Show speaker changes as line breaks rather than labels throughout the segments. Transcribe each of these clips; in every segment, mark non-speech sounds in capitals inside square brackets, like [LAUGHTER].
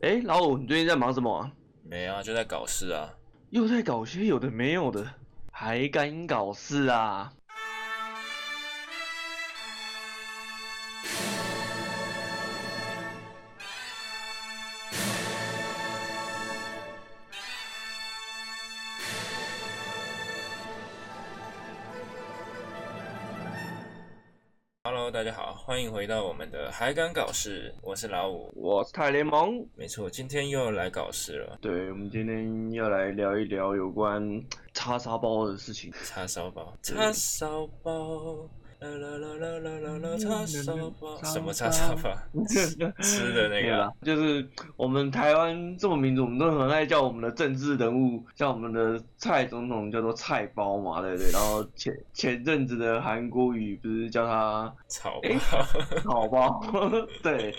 哎，老五，你最近在忙什么啊？
没啊，就在搞事啊。
又在搞些有的没有的，还敢搞事啊？
Hello，大家好，欢迎回到我们的海港搞事，我是老五。
我是泰联盟。
没错，今天又来搞事了，
对，我们今天要来聊一聊有关叉烧包的事 [LAUGHS] 情。
叉烧包，叉烧包，啦啦啦啦啦啦
嗯
啦，叉烧包，什么叉烧包？
[LAUGHS]
吃的那
对
个啊
啦，就是我们台湾这么民主，我们都很爱叫我们的政治人物，叫我们的蔡总统叫做菜包嘛，对不对？然后前前阵子的韩国瑜不是叫他
草包，
[LAUGHS] 好吧，对。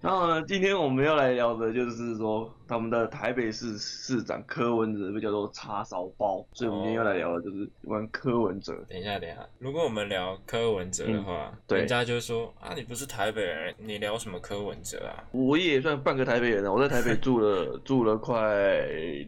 然后呢，今天我们要来聊的就是说，他们的台北市市长柯文哲被叫做叉烧包，所以我们今天要来聊的就是有关柯文哲。
等一下，等一下，如果我们聊柯文哲的话，
嗯对
人家就说啊，你不是台北人，你聊什么柯文哲啊？
我也算半个台北人啊了，我在台北住
[LAUGHS]
了住了快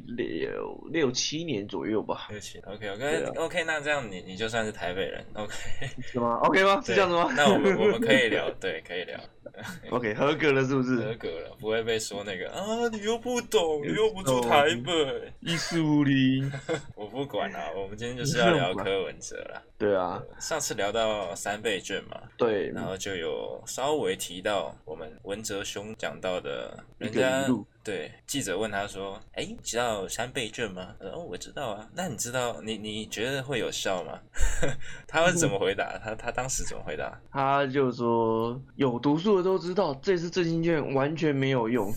六六七年左右吧，
对不起，OK，我
对
跟
啊
OK，那这样你你就算是台北人，OK，
是吗？OK 吗？是这样子吗
对那我们我们可以聊，对，可以聊。
[LAUGHS] ？OK，合格了是不
合
是？
格了，不会被说那个啊，你又不懂，你又不住台北，
一四五零。
我不管啦、我们今天就是要聊柯文哲啦。
对啊，
上次聊到三倍券嘛，
对，
然后就有稍微提到我们文哲兄讲到的，人
一个
家
语录
对记者问他说：“哎，你知道三倍券吗？”他说哦，我知道啊。那你知道你你觉得会有效吗？ [LAUGHS] 他会怎么回答？他他当时怎么回答？
他就说有读书的都知道，这次振兴券完全没有用。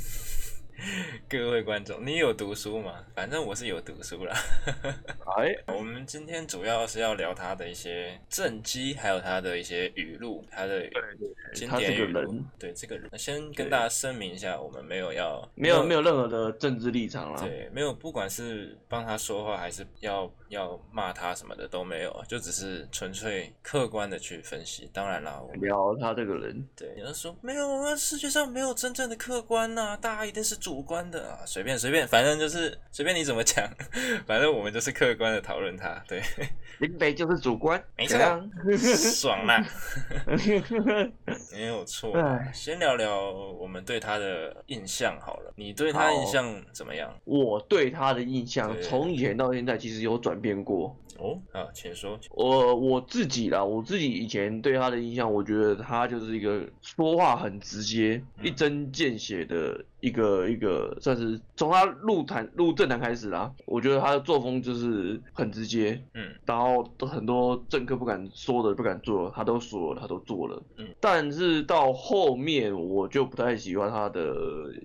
各位观众，你有读书吗？反正我是有读书啦。
哎，
我们今天主要是要聊他的一些政绩，还有他的一些语录，他的经典语
他这个
录
人。
对这个人，先跟大家声明一下，我们没有要
没有啊没有任何的政治立场啦。
对没有，不管是帮他说话，还是要要骂他什么的都没有，就只是纯粹客观的去分析。当然啦，我
聊他这个人，
对有人说没有啊，世界上没有真正的客观呐、大家一定是主观的啊，随便随便，反正就是随便你怎么讲， [LAUGHS] 反正我们就是客观的讨论他，对。 [LAUGHS]
林北就是主观，
没
怎
错
样 [LAUGHS]
爽啦，没有错
哎。
先聊聊我们对他的印象好了，你对他印象怎么样？
我对他的印象
对
从以前到现在其实有转变过。
哦，好，请说。
我呃我自己啦，我自己以前对他的印象，我觉得他就是一个说话很直接、
嗯
一针见血的一个一个，算是从他入坛入政坛开始啦，我觉得他的作风就是很直接，
嗯，
然后很多政客不敢说的、不敢做的，他都说了，他都做了。
嗯，
但是到后面我就不太喜欢他的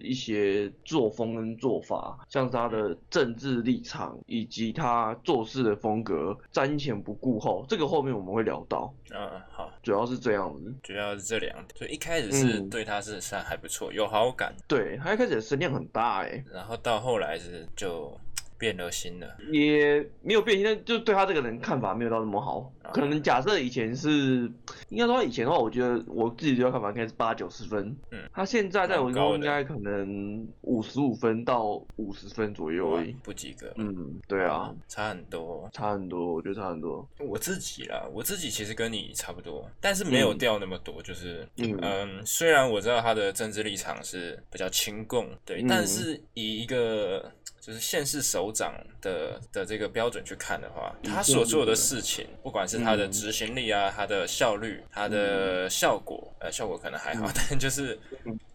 一些作风跟做法，像是他的政治立场以及他做事的风格，瞻前不顾后。这个后面我们会聊到，
嗯，好，
主要是这样子。
主要是这两点。就一开始是
嗯
对他是算还不错，有好感，
对他一开始的声量很大、欸，
然后到后来是就变了心了。
也没有变心，但就对他这个人看法没有到那么好。
啊
可能假设以前是，应该说以前的话，我觉得我自己对他看法应该是八九十分。
嗯，
他现在在我心
蛮高
中
的
应该可能五十五分到五十分左右
哇
而已。
不及格，
嗯，对啊，，
差很多。
差很多，我觉得差很多。
我自己啦，我自己其实跟你差不多，但是没有
嗯
掉那么多，就是
嗯
嗯，虽然我知道他的政治立场是比较亲共，对，
嗯
但是以一个就是县市首长的的这个标准去看的话，
嗯
他所做的事情，不管是他的
嗯
执行力啊、他的效率、他的效果，呃，效果可能还好，
嗯
[LAUGHS] 但就是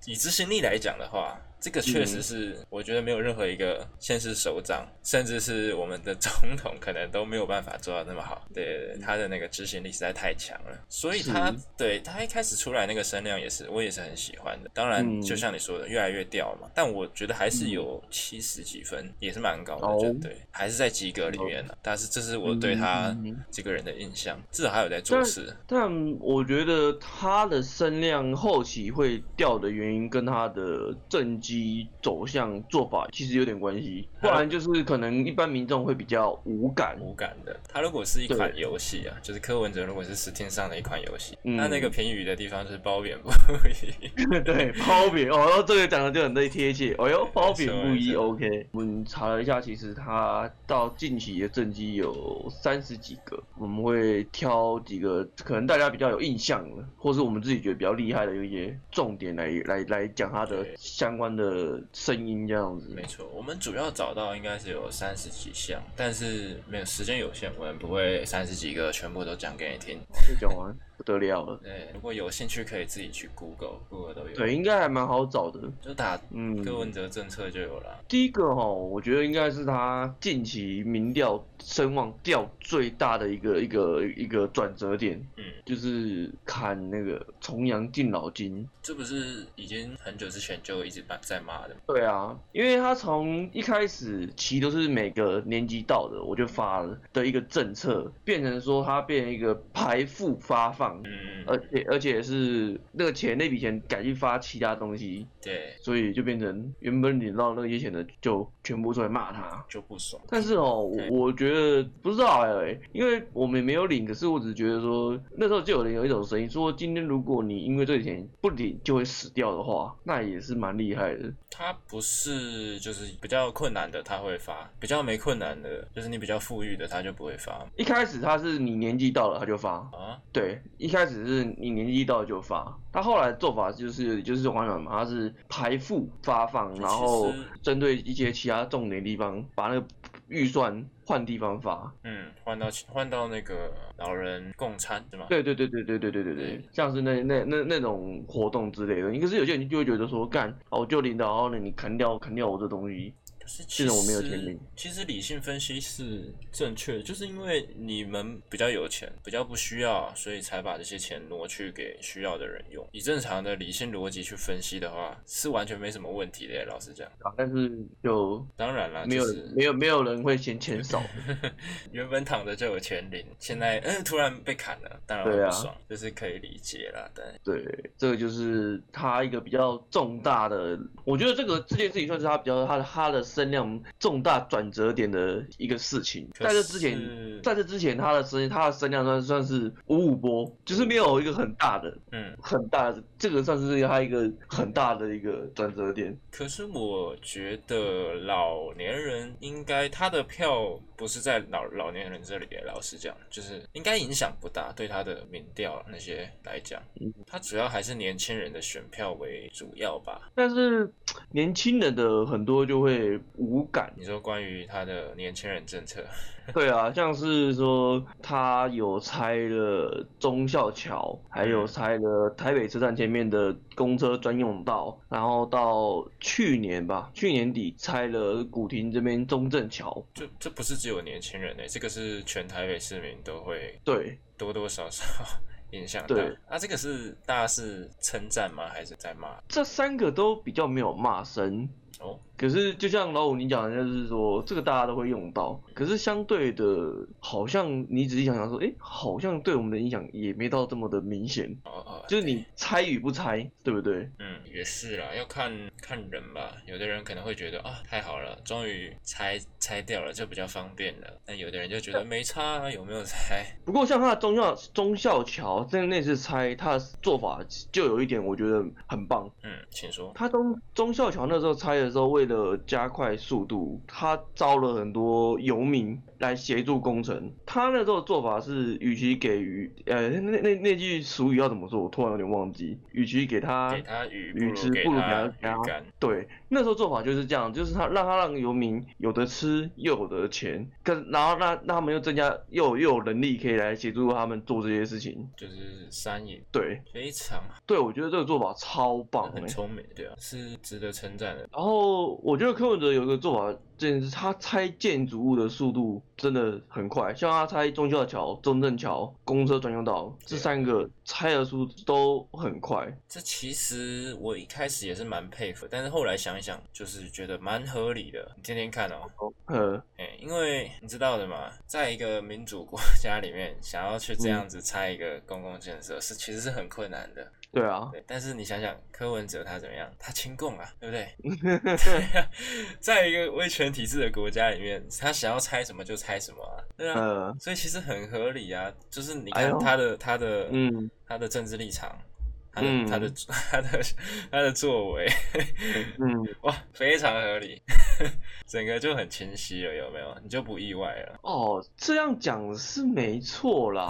以执行力来讲的话。这个确
嗯
实是，我觉得没有任何一个县市首长，甚至是我们的总统，可能都没有办法做到那么好。对对对，他的那个执行力实在太强了，所以
嗯是
他对他一开始出来那个声量也是，我也是很喜欢的。当然，
嗯
就像你说的，越来越掉嘛，但我觉得还是有七十几分，也是蛮高的，
哦
就对，还是在及格里面的。但是这是我对他
嗯
这个人的印象，至少还有在做事。
但我觉得他的声量后期会掉的原因，跟他的政及走向做法其实有点关系，不然就是可能一般民众会比较无感。
无感的。它如果是一款游戏啊，就是柯文哲如果是 Steam 上的一款游戏，那、
嗯
那个评语的地方就是褒贬不 [LAUGHS] 一。
[LAUGHS] 对，褒贬哦，这个讲的就很对贴切。哎呦，褒贬不
没
一
错
，OK。我们查了一下，其实他到近期的政绩有三十几个，我们会挑几个可能大家比较有印象的，或是我们自己觉得比较厉害的一些重点来来来讲他的
对
相关的声音这样子
没。错，我们主要找到应该是有三十几项，但是没有时间有限，我们不会三十几个全部都讲给你听。
就讲完不得了了，
对，如果有兴趣可以自己去 Google，Google 都有。
对，，应该还蛮好找的。
就打
嗯，
柯文哲政策就有了。
第一个哈，我觉得应该是他近期民调声望掉最大的一个一个一个转折点，
嗯，
就是砍那个重阳敬老金。
这不是已经很久之前就一直在骂的吗？
对啊，因为他从一开始其实都是每个年级到的我就发了的一个政策，变成说它变成一个排付发放，
嗯，
而且而且是那个钱那笔钱改去发其他东西，
对，
所以就变成原本领到那些钱的就全部出来骂他。
就不爽。
但是哦，我
对
我觉得不知道哎、因为我们也没有领，可是我只是觉得说，那时候就有人有一种声音说，今天如果你因为这个钱不领就会死掉的话，那也是蛮厉害的。
它不是就是比较困难的，它会发；比较没困难的，就是你比较富裕的，它就不会发
一开始他是你年纪到了他就发，
啊。
对，一开始是你年纪到了就发，他后来做法就是就是这种玩法嘛，他是排付发放，
其实
然后针对一些其他重点地方，把那个预算换地方发。
嗯，换到换到那个老人共餐是吗？
对对对对对对对对对
嗯，
像是那那那那种活动之类的，可是有些人就会觉得说，干，哦，就领导，然后呢，你砍掉砍掉我这东西，
可是
这
其实
种我没有权利
其实理性分析是正确的，就是因为你们比较有钱，比较不需要，所以才把这些钱挪去给需要的人用。以正常的理性逻辑去分析的话，是完全没什么问题的耶。老实讲，
啊，但是就
当然啦，
没有
啊就
人、
是
没有没有人会嫌钱
[LAUGHS]
少，
原本躺着就有钱领，现在嗯、呃突然被砍了，当然会
对啊
不爽，就是可以理解啦。但
对，这个就是他一个比较重大的，我觉得这个这件事情算是他比较他的他的声量重大转折点的一个事情，
可
在这之前。
是
在这之前，他的声他的声量算算是五五波，就是没有一个很大的、
嗯，
很大的，这个算是他一个很大的一个转折点。
可是我觉得老年人应该他的票不是在老老年人这里耶，老实讲，就是应该影响不大，对他的民调那些来讲
嗯，
他主要还是年轻人的选票为主要吧。
但是年轻人的很多就会无
[LAUGHS]
感，
你说关于他的年轻人政策，
对啊，像是说他有拆了忠孝桥，还有拆了台北车站前面的公车专用道，然后到去年吧，去年底拆了古亭这边中正桥，
就这不是只有年轻人诶，这个是全台北市民都会
对，
多多少 [LAUGHS] 少影响到
对。
啊，这个是大家是称赞吗？还是在骂？
这三个都比较没有骂声，
哦，
可是就像老五你讲的，就是说这个大家都会用到，可是相对的，好像你仔细想想说，诶，好像对我们的影响也没到这么的明显，
哦哦，
就是你猜与不猜，对不对？
嗯，也是啦，要看看人吧。有的人可能会觉得啊，太好了，终于拆拆掉了，就比较方便了。但有的人就觉得没差啊，有没有拆？ [LAUGHS]
不过像他的中校中校桥在那次拆，他的做法就有一点我觉得很棒。
嗯，请说。
他中中校桥那时候拆的时候，为了加快速度，他招了很多游民来协助工程。他那时候的做法是，与其给予呃那那那句俗语要怎么说，我突然有点忘记。与其给他
给他鱼，
啊鱼
不
吃
如给
不如
他
给他
鱼竿。
对，那时候做法就是这样，就是他让他让游民有的吃又有的钱，跟然后让让他们又增加又又有能力可以来协助他们做这些事情。
就是三野
对
非常好
对，我觉得这个做法超棒
很
欸
聪明，对啊，是值得称赞的。
然后我觉得柯文哲有一个做法，真的是他拆建筑物的速度真的很快，像他拆中校桥、中正桥、公车专用道这
对啊
三个拆的速度都很快。
这其实我一开始也是蛮佩服，但是后来想一想，就是觉得蛮合理的。你天天看哦，
呃，
哎、因为你知道的嘛，在一个民主国家里面，想要去这样
嗯
子拆一个公共建设是其实是很困难的。
对啊，
对，但是你想想，柯文哲他怎么样？他亲共啊，对不对？
[LAUGHS]
对啊，在一个威权体制的国家里面，他想要拆什么就拆什么啊，对啊，
呃，
所以其实很合理啊。就是你
哎
看
呦
他的、他的、
嗯，
他的政治立场，他的、
嗯
他的 [LAUGHS] 他的他的作为，
嗯，
哇，非常合理， [LAUGHS] 整个就很清晰了，有没有？你就不意外了。
哦，这样讲是没错
[LAUGHS]
啦，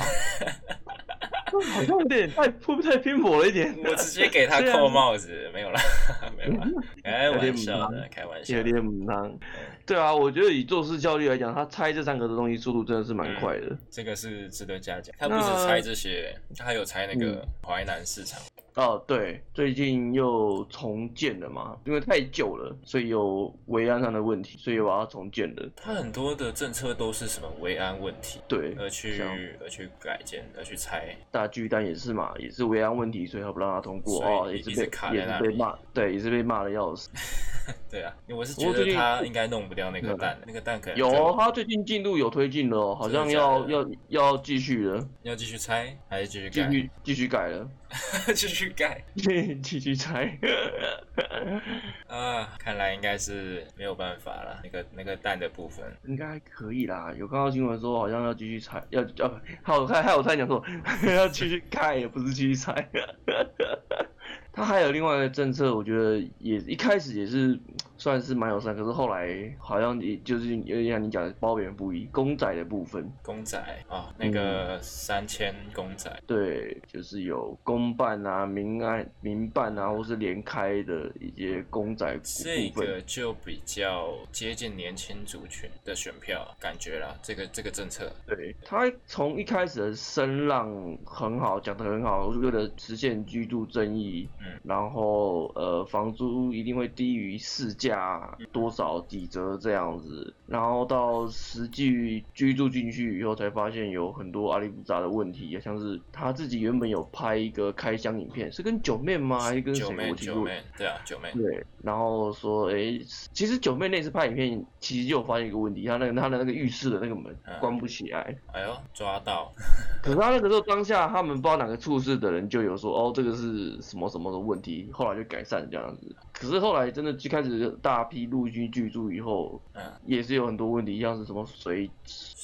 好像有点太会不会太偏颇了一
[LAUGHS]
点？
我直接给他
虽然
扣帽子，没有啦， [LAUGHS]
[LAUGHS]
没有啦，开玩笑
啊有点
的，开玩笑
有
的。
点母汤。对啊，我觉得以做事效率来讲，他拆这三个的东西速度真的是蛮快的。
这个是值得嘉奖。他不
那嗯
止拆这些，他还有拆那个淮南市场。
哦，对，最近又重建了嘛，因为太旧了，所以有维安上的问题，所以我要重建了。
他很多的政策都是什么维安问题
对，
而去
像
而去改建，而去拆。
大巨蛋也是嘛，也是维安问题，所以他不让他通过
所以
哦，
一
也是
一直
被
卡在
也
那
是被
里
骂，对，也是被骂的要
[LAUGHS]
死。
对啊，我是
不过
觉
最
得
近
他应该弄不掉那颗蛋，那个蛋可能
有哦
就，
他最近进度有推进了哦，好
真的
像
假
要
的
要要继续了，
要继续拆还是继续
继
盖？
续继续改了， [LAUGHS]
[LAUGHS] 继续盖
继续拆。 [LAUGHS]
啊！看来应该是没有办法了，那个那个蛋的部分。
应该还可以啦，有看到新闻说好像要继续拆，要要，还有还还有差点讲错， [LAUGHS] 要继续盖，也不是继续拆。 [LAUGHS] 他还有另外一个政策，我觉得也一开始也是嗯算是蛮友善，可是后来好像也就是有点像你讲的褒贬不一，公仔的部分，
公仔啊、哦那
嗯
个三千公仔，
对，就是有公办啊、民安、民办啊，或是联开的一些公仔
这
部分。
个就比较接近年轻族群的选票感觉啦，这个这个政策，
对他从一开始的声浪很好，讲得很好，为了实现居住正义，
嗯
然后呃房租一定会低于市价多少几折这样子，然后到实际居住进去以后，才发现有很多阿里不扎的问题，像是他自己原本有拍一个开箱影片，是跟九妹吗？还是跟
九
谁？
妹
我记
九
住了。
妹，对啊，九妹，
对，然后说，诶，其实九妹那次拍影片，其实就有发现一个问题，她那个她的那个浴室的那个门
嗯
关不起来，
哎呦，抓到，
可是他那个时候当下，他们不知道哪个处室的人就有说，哦，这个是什么什么的问题，后来就改善这样子。可是后来真的就开始大批陆军居住以后，
嗯，
也是有很多问题，像是什么水、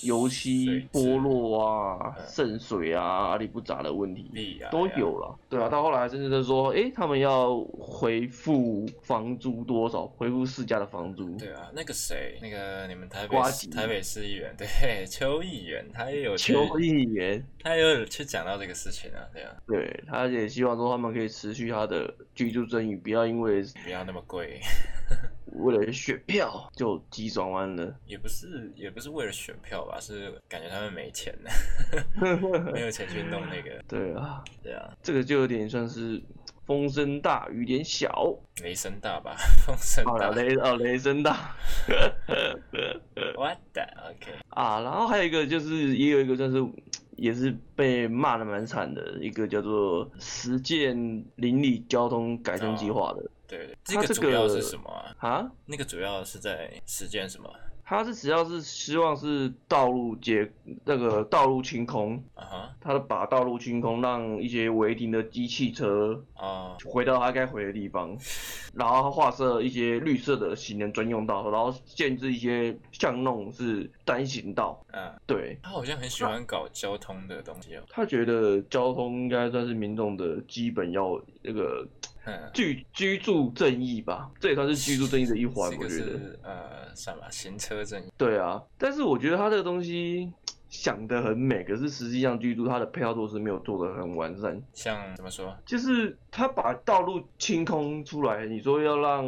油漆
水
剥落啊、
嗯
渗水啊、阿里不杂的问题。
厉害、啊，
都有了，对啊，到后来甚至是说，诶，他们要回复房租多少，回复市价的房租，
对啊，那个谁，那个你们台北
瓜
市
吉
台北市议员，对， [LAUGHS] 邱议员，他也有去，
邱议员，
他也有去讲到这个事情啊，对啊，
对，他也希望说他们可以持续他的居住正义，不要因为
不要那么贵， [LAUGHS]
为了选票 [LAUGHS] 就急转弯了。 [LAUGHS]
也不是也不是为了选票吧，是感觉他们没钱 [LAUGHS] 呢，没有钱去弄那个，
对啊，
对啊，
这个就有点算是风声大雨点小，
雷声大吧， [LAUGHS] 风声
好
大
了，雷哦雷声大
，what the OK。
啊。然后还有一个就是也有一个算是也是被骂的蛮惨的一个叫做实践邻里交通改正计划的、
对对，这
它
个
这
主要
个
是什么啊？
啊。
那个主要是在实践什么啊？
他是只要是希望是道路解那个道路清空，
啊哈
他把道路清空，让一些违停的机器车
哦
回到它该回的地方，然后画设一些绿色的行人专用道，然后限制一些巷弄是单行道。
嗯，
对
他好像很喜欢搞交通的东西哦。
他觉得交通应该算是民众的基本要那个
嗯，
居居住正义吧，这也算是居住正义的一环，
这
我
个
觉得。
是呃，算吧，行车证
对啊，但是我觉得他这个东西想得很美，可是实际上居住它的配套措施没有做得很完善。
像怎么说？
就是他把道路清空出来，你说要让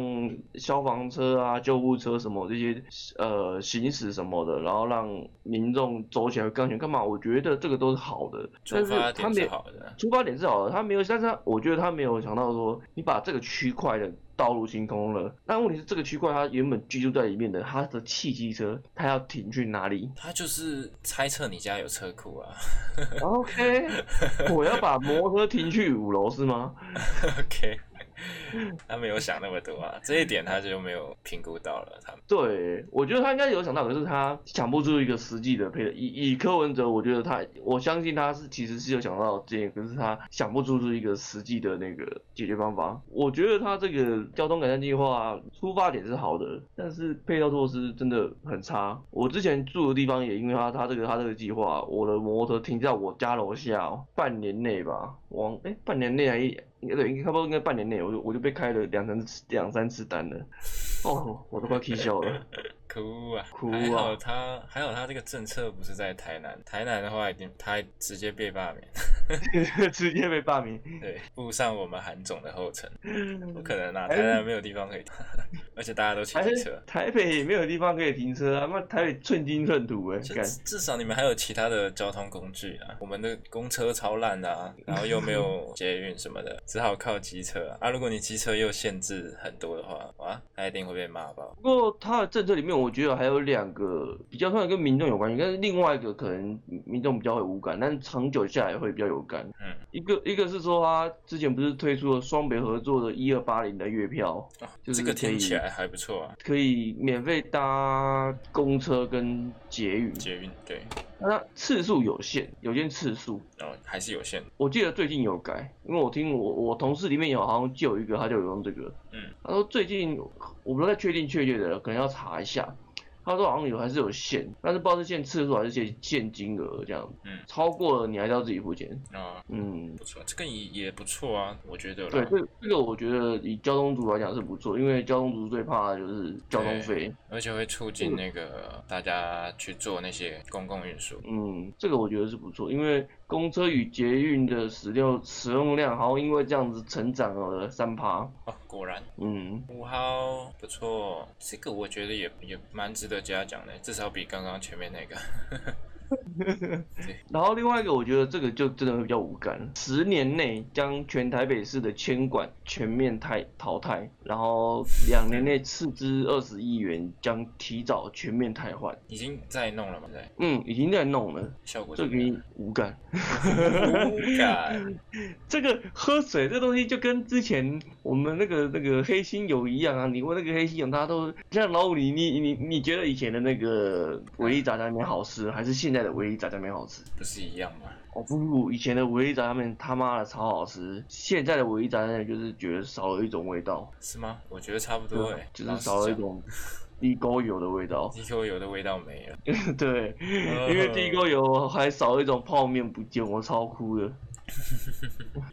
消防车啊、救护车什么这些呃行驶什么的，然后让民众走起来更安全，干嘛？我觉得这个都是好的，
出
但是他
发点
没
是
有
好的，
出发点是好的，他没有，但是他我觉得他没有想到说，你把这个区块的道路清空了，但问题是这个区块他原本居住在里面的，他的汽机车他要停去哪 [LAUGHS] 里
他就是猜测你家有车库啊。
？OK，我要把摩托车停去五楼是吗？
OK， [LAUGHS] 他没有想那么多啊，这一点他就没有评估到了。他们
对，我觉得他应该有想到，可是他想不出一个实际的配合。以以柯文哲，我觉得他，我相信他是其实是有想到这点，可是他想不出一个实际的那个解决方法。我觉得他这个交通改善计划出发点是好的，但是配套措施真的很差。我之前住的地方也因为他他这个他这个计划，我的摩托车停在我家楼下哦、半年内吧，往哎、半年内还一应该对，应该差不多应该半年内，我就我就被开了两三次两三次单了，哦，我都快气笑了。
哭啊，
哭啊
还好他还好他这个政策不是在台南，台南的话一定他直接被罢免。
[LAUGHS] 直接被罢免。
[LAUGHS] 对，步上我们韩总的后尘，
嗯
不可能啊啦，台南没有地方可以， [LAUGHS] 而且大家都骑
台
机车。
台北也没有地方可以停车啊，那台北寸金寸土哎、
就
干
至至少你们还有其他的交通工具啊，我们的公车超烂的啊，然后又没
[LAUGHS]
有捷运什么的，只好靠机车啊。啊如果你机车又限制很多的话，哇，他一定会被骂爆。
不过他的政策里面，我觉得还有两个比较算跟民众有关系，但是另外一个可能民众比较会无感，但是长久下来会比较有感。
嗯，
一个一个是说他之前不是推出了双北合作的一二八零的月票，
哦
就是
这个
可
听
以
起来还不错啊，
可以免费搭公车跟捷运，
捷运对，
那它次数有限，有限次数。
然后还是有限。
我记得最近有改，因为我听我我同事里面有好像就有一个他就有用这个，
嗯，
他说最近我不太确定确切的，可能要查一下。他说好像有还是有限，但是不知道是限次数还是限限金额这样，
嗯
超过了你还是要自己付钱，
啊、
嗯，
不错，这个也也不错啊，我觉得啦。
对，这这个我觉得以交通组来讲是不错，因为交通组最怕的就是交通费，
而且会促
嗯
进那个大家去做那些公共运输。
嗯，这个我觉得是不错，因为公车与捷运的使用使用量好像因为这样子成长了三趴，
哦，果然
嗯，
五号不错，这个我觉得也也蛮值得嘉奖的，至少比刚刚前面那个。 [LAUGHS]
然后另外一个，我觉得这个就真的会比较无感。十年内将全台北市的千管全面汰淘汰，然后两年内斥资二十亿元将提早全面汰换。
已经在弄了嘛，对，
嗯，已经在弄了，
效果
这
怎
个
么样？
无感。
[LAUGHS] 无感，
这个喝水这东西就跟之前我们那个那个黑心友一样啊，你问那个黑心友，他都像老五你你你你觉得以前的那个维力炸酱面好吃，还是现在的维力炸酱面好吃？
不是一样吗？
哦不，以前的维力炸酱面他妈的超好吃，现在的维力炸酱面就是觉得少了一种味道，
是吗？我觉得差不多
啊
哎、
就是少了一种地沟油的味
[LAUGHS]
道。
D Q 油的味道没了。
对，因为地沟油还少了一种泡面不见，我超哭的。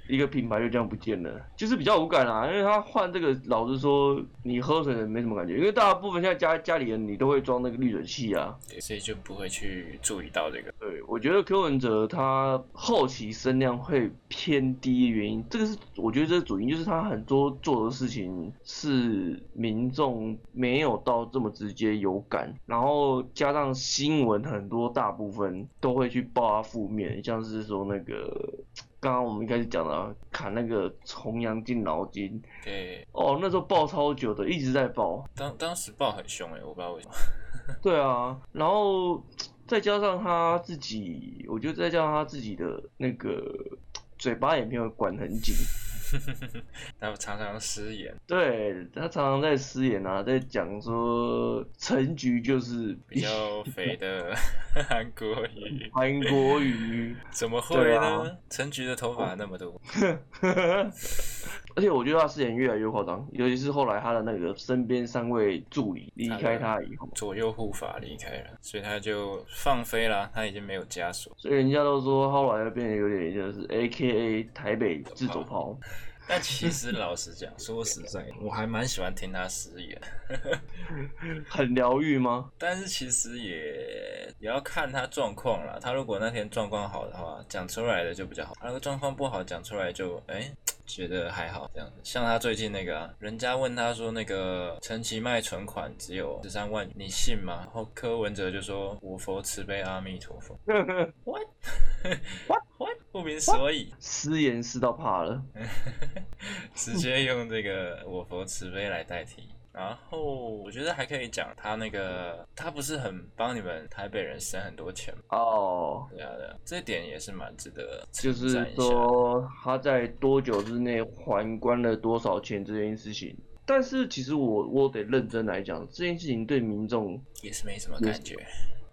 一个品牌就这样不见了，就是比较无感啊啦、因为他换这个，老实说，你喝水没什么感觉，因为大部分现在家家里人你都会装那个滤水器啊，
对所以就不会去注意到这个。
对，我觉得柯文哲他后期声量会偏低，原因这个是我觉得这个主因就是他很多做的事情是民众没有到这么直接有感，然后加上新闻很多大部分都会去报他负面，像是说那个刚刚我们一开始讲的啊砍那个重阳敬脑筋，
对，
哦，那时候报超久的，一直在报，
当当时爆很凶哎、我不知道为什么。
对啊，然后再加上他自己，我觉得再加上他自己的那个嘴巴也没有管很紧，
然后常常失言，
对他常常在失言啊，在讲说陈局就是
比较肥的 [LAUGHS] 韩国
[LAUGHS]
语，
韩国瑜，
怎么会
[LAUGHS] 对
呢
啊？
陈菊的头发那么多，
而且我觉得他失言越来越夸张，尤其是后来他的那个身边三位助理离开他以后，
左右护法离开了，所以他就放飞啦，他已经没有枷锁。
所以人家都说后来变得有点就是 A K A 台北自走
[LAUGHS]
炮。
但其实老实讲，说实在，我还蛮喜欢听他失言，
很疗愈吗？ [LAUGHS]
但是其实也也要看他状况啦。他如果那天状况好的话，讲出来的就比较好；他如果状况不好，讲出来就哎、觉得还好这样子。像他最近那个啊，人家问他说那个陈其迈存款只有十三万，你信吗？然后柯文哲就说：“我佛慈悲阿弥陀佛。”What
What?
what 不明所以。
失言失到怕了。
[LAUGHS] 直接用这个“我佛慈悲”来代替。然后我觉得还可以讲他那个，他不是很帮你们台北人省很多钱吗？
哦，
对啊，对啊，这点也是蛮值得
就
称
是
赞一下。
说他在多久之内还关了多少钱这件事情。但是其实我我得认真来讲，这件事情对民众
也是没什么感觉。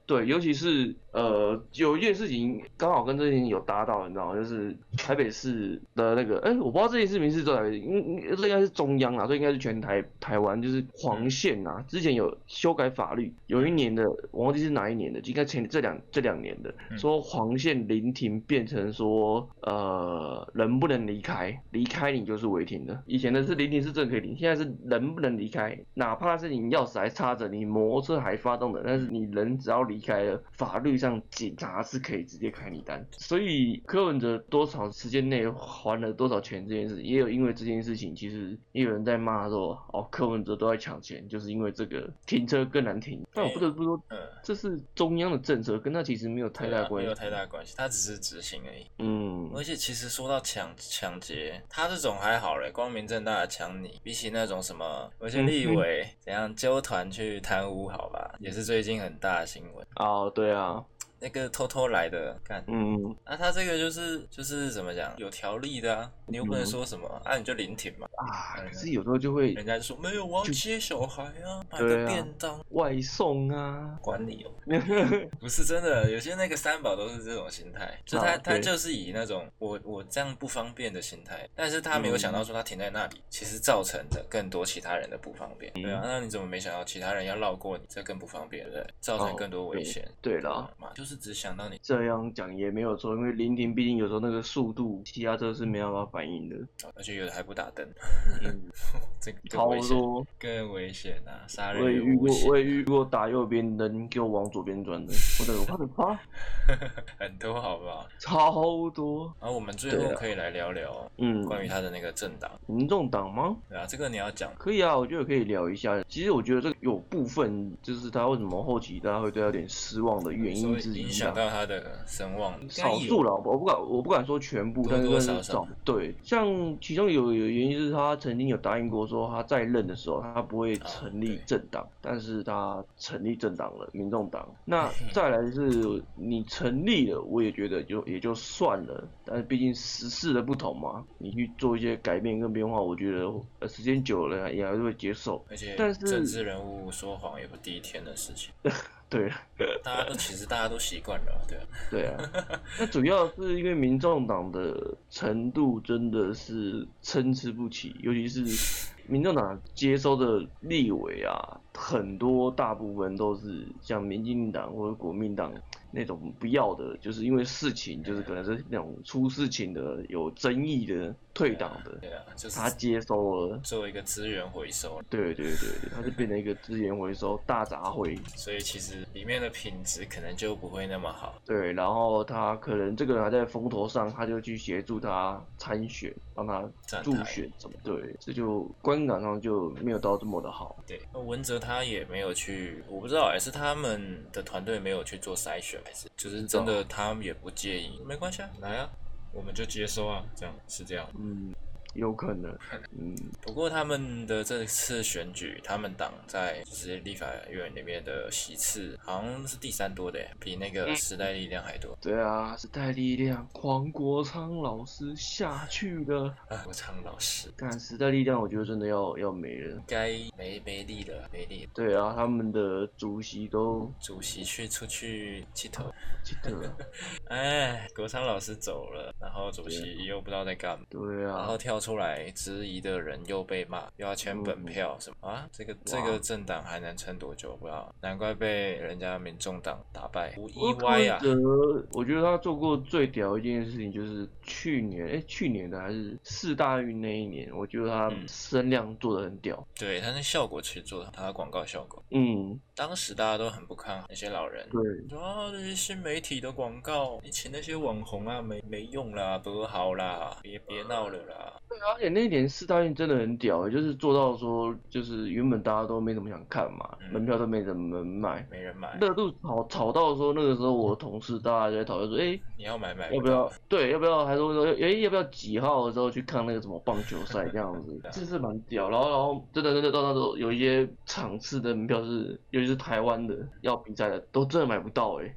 对，尤其是呃，有一件事情刚好跟这件事情有搭到，你知道吗？就是台北市的那个，哎、我不知道这件事情是在哪里，应应这应该是中央啊，这应该是全台台湾就是黄线啊。之前有修改法律，有一年的我忘记是哪一年的，应该前这两这两年的，
嗯
说黄线临停变成说呃人不能离开，离开你就是违停的。以前的是临停是真的可以停，现在是人不能离开，哪怕是你钥匙还插着，你摩托车还发动的，但是你人只要离开了，法律上警察是可以直接开你单。所以柯文哲多少时间内还了多少钱这件事，也有因为这件事情，其实也有人在骂说，哦，柯文哲都在抢钱，就是因为这个停车更难停。但我不得不说，
嗯，
这是中央的政策，跟他其实没有太
对
大
啊
关
没
系。
有太大关系，他只是执行而已。
嗯，
而且其实说到抢抢劫，他这种还好嘞，光明正大的抢你，比起那种什么，我去立委、怎样纠团去贪污，好吧，也是最近很大的新闻。
哦，对啊，
那个偷偷来的，干，
嗯，
那、他这个就是就是怎么讲，有条例的啊，你又不能说什么，啊你就临停嘛，
啊，
对
可是有时候就会
人家就说没有，我要
就
接小孩啊，买
对
个
啊
便当，
外送啊，
管
[LAUGHS]
你哦。不是真的，有些那个三宝都是这种心态，就他、
啊
他
对
就是以那种我我这样不方便的心态，但是他没
嗯
有想到说他停在那里，其实造成的更多其他人的不方便。
嗯
对啊，那你怎么没想到其他人要绕过你，这更不方便，对不对？造成更多危险。
哦对啦，
啊嘛，就是只想到你，
这样讲也没有错，因为临停毕竟有时候那个速度，其他车是没办法反应的，
而且有的还不打灯， [LAUGHS]
嗯，
这个更
超
危险，
多。
更危险啊！杀
我
人
也
于
遇
无
过，
形
我，也遇过打右边灯给我往左边转的，我的
[LAUGHS]
我的妈，
很多好不好？
超多。
然后我们最
对
后
啊
可以来聊聊
嗯，
关于他的那个政党，
民众党吗？
对啊，这个你要讲，
可以啊，我觉得可以聊一下。其实我觉得这个有部分就是他为什么后期大家会对他有点失望的原
所
因
以
之
影
一
响
啊。
到他的声望，应该
少
有
数了，我不敢，我不敢说全部，
多
但是
多
算
少
是
少
少。对，像其中有有原因就是他曾经有答应过说他在任的时候他不会成
啊对
立政党，但是他成立政党了，民众党。那
嗯
再来是你成立了，我也觉得就也就算了，但是毕竟时事的不同嘛，你去做一些改变跟变化，我觉得呃时间久了也还是会接受。
而且
但是
政治人物说谎也不第一天的事情，
对，
大家都其实大家都习惯了，对吧？
对
[LAUGHS]
啊，那主要是因为民众党的程度真的是参差不齐，尤其是民众党接收的立委啊，很多大部分都是像民进党或者国民党那种不要的，就是因为事情，就是可能是那种出事情的、有争议的、退党的，
对啊，就是
他接收了。
做一个资源回收，
对对对对，他就变成一个资源回收大杂烩。
所以其实里面的品质可能就不会那么好。
对，然后他可能这个人还在风头上，他就去协助他参选，帮他
站
助
台
选，怎么对？这就观感上就没有到这么的好。
对，那文哲他也没有去，我不知道，欸还是他们的团队没有去做筛选，还是就是真的他们也不介意，没关系啊，来啊，我们就接收啊，这样是这样。
嗯，有可能。嗯，
不过他们的这次选举，他们党在就是立法院里面的席次好像是第三多的耶，比那个时代力量还多。
对啊，时代力量，黄国昌老师下去了。
啊，国昌老师
但时代力量，我觉得真的要要没了
应。该没没力了，没力了。
对啊，他们的主席都
主席去出去剃头，
记得了。
哎，国昌老师走了，然后主席又不知道在干嘛。
对
[LAUGHS] 然
啊
后，跳出来质疑的人又被骂，又要签本票什么啊？这个这个政党还能撑多久？不知道，难怪被人家民众党打败，不意外啊
柯！文哲，呃我觉得他做过最屌一件事情就是去年，哎、去年的还是四大运那一年，我觉得他
嗯
声量做的很屌。
对，他那效果其实做的，他的广告效果，
嗯，
当时大家都很不看好那些老人，
对，
说啊这些新媒体的广告，你请那些网红啊没没用啦，不好啦，别别闹了啦，
对，而且那一年四大运真的很屌、欸就是做到说，就是原本大家都没怎么想看嘛，
嗯
门票都没怎么卖，
没人买，
热度炒炒到说那个时候我同事大家就在讨论说，哎、
你要买买
要不
到
要？对，要不要？还说说，哎、要不要几号的时候去看那个什么棒球赛这样子 [LAUGHS]
对啊？
这是蛮屌。然后，然后真的真的到那时候有一些场次的门票是，尤其是台湾的要比赛的，都真的买不到哎、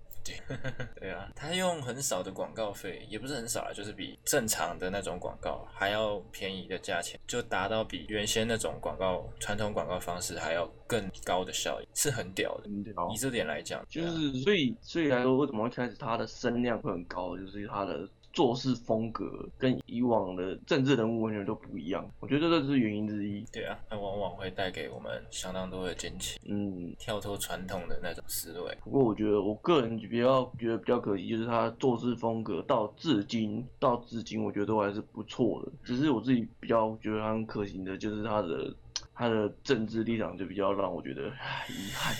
对啊，他用很少的广告费，也不是很少啊，就是比正常的那种广告还要便宜的价钱，就达到比原先那种广告传统广告方式还要更高的效益，是很屌的。
很屌
以。这点来讲，
就
对啊
是所以所以来说，为什么会开始他的声量会很高，就是他的做事风格跟以往的政治人物完全都不一样。我觉得这是原因之一。
对啊，那往往会带给我们相当多的惊喜，
嗯，
跳脱传统的那种思维。
不过我觉得我个人比较觉得比较可惜，就是他做事风格到至今到至今，我觉得都还是不错的。只是我自己比较觉得他很可行的，就是他的他的政治立场就比较让我觉得唉遗憾。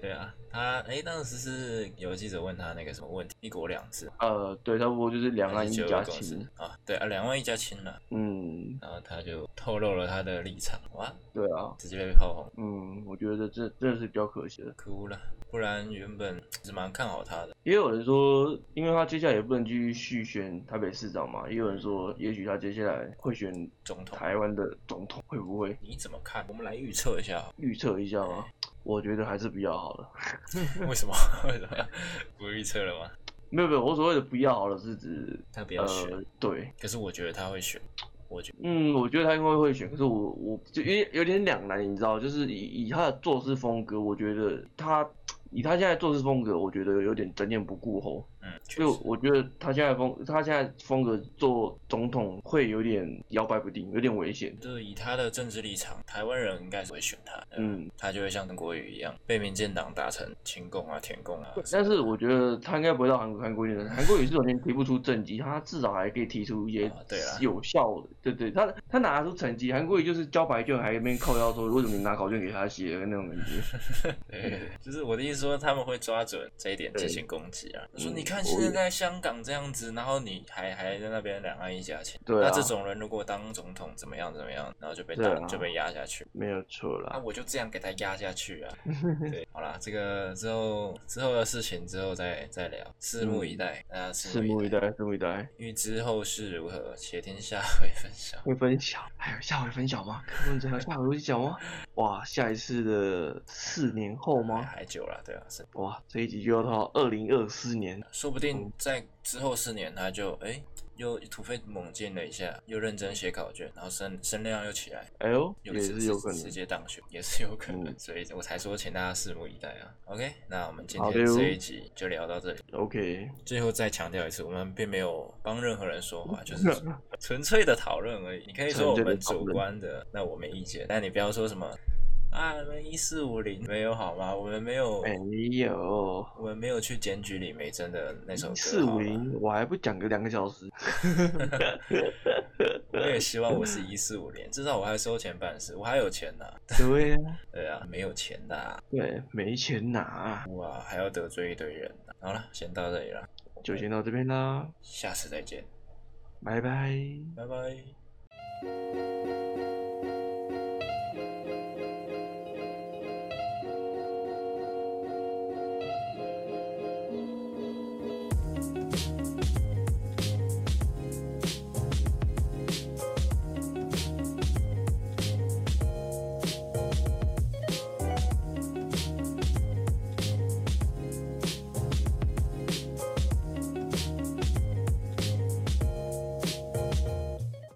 对啊，他哎，当时是有记者问他那个什么问题，一国两制，
呃，对，差不多就是两
还
岸
是
一
九
家
二共识
亲。
啊？对啊，两岸一家亲了。
嗯，
然后他就透露了他的立场，哇，
对啊，
直接被炮轰。
嗯，我觉得这这是比较可惜的。
哭了，不然原本是蛮看好他的。
也有人说，因为他接下来也不能继续续选台北市长嘛，也有人说，也许他接下来会选
总统
台湾的总统，会不会
你怎么看？我们来预测一下，
预测一下吗？我觉得还是比较好的。
[LAUGHS] 为什么？为什么不预测了吗？
没有没有，我所谓的不要好了是指
他不要选，
呃，对，
可是我觉得他会选。
嗯，我觉得他应该会选，可是我我就有点有点两难，你知道，就是以以他的做事风格，我觉得他以他现在做事风格，我觉得有点瞻前不顾后，
嗯，确
所以
实，
我觉得他现在风他现在风格做总统会有点摇摆不定，有点危险。
就是以他的政治立场，台湾人应该是会选他。嗯，
嗯，
他就会像国语一样被民进党打成亲共啊、舔共啊。
但是我觉得他应该不会到韩国韩国语的，韩国语是首先提不出政绩，他至少还可以提出一些
啊对啦
有效的，对对，他他拿出成绩，韩国语就是交白卷，还一边靠腰说为什么你拿考卷给他写的那种感觉。
对，就是我的意思说，他们会抓准这一点进行攻击啊。说
嗯
你看现在在香港这样子，然后你还还在那边两岸一家亲，
对啊
那这种人如果当总统怎么样怎么样，然后就被打、
对啊
就被压下去。
没有错
那、
啦，
我就这样给他压下
[LAUGHS]
去啊！对，好啦，这个之后之后的事情之后再再聊，拭目以待，大家拭
嗯拭目以
待，
待，拭目以待，
预知后事如何，且听下回分享。
会分享，还有下回分享吗？柯文哲还有下回会讲吗？哇，下一次的四年后
还
哦吗？
还久了，对啊，是，
哇，这一集就要到二零二四年，
说不定
哦
在之后四年他就哎、又突飞猛进了一下，又认真写考卷，然后声声量又起来，
哎呦，
又
也
直
是有可能
直。接当选，也是有可能，
嗯
所以我才说请大家拭目以待啊。OK，那我们今
好
天
的哟
这一集就聊到这里。
OK，
最后再强调一次，我们并没有帮任何人说话，就是纯粹的讨论而已。你可以说我们主观的，那我没意见，但你不要说什么啊，你们一四五零没有好吗？我们没有，
没有。
我们没有去检举李梅珍的那首歌，
四
好
五
吗
零，我还不讲个两个小时。 [LAUGHS]
我也希望我是一四五零，至少我还收钱办事，我还有钱拿、
对呀、
对啊，没有钱的、啊，
对，没钱拿，啊
哇，还要得罪一堆人、好了，先到这里了，
就先到这边啦，
下次再见，
拜拜。
拜拜。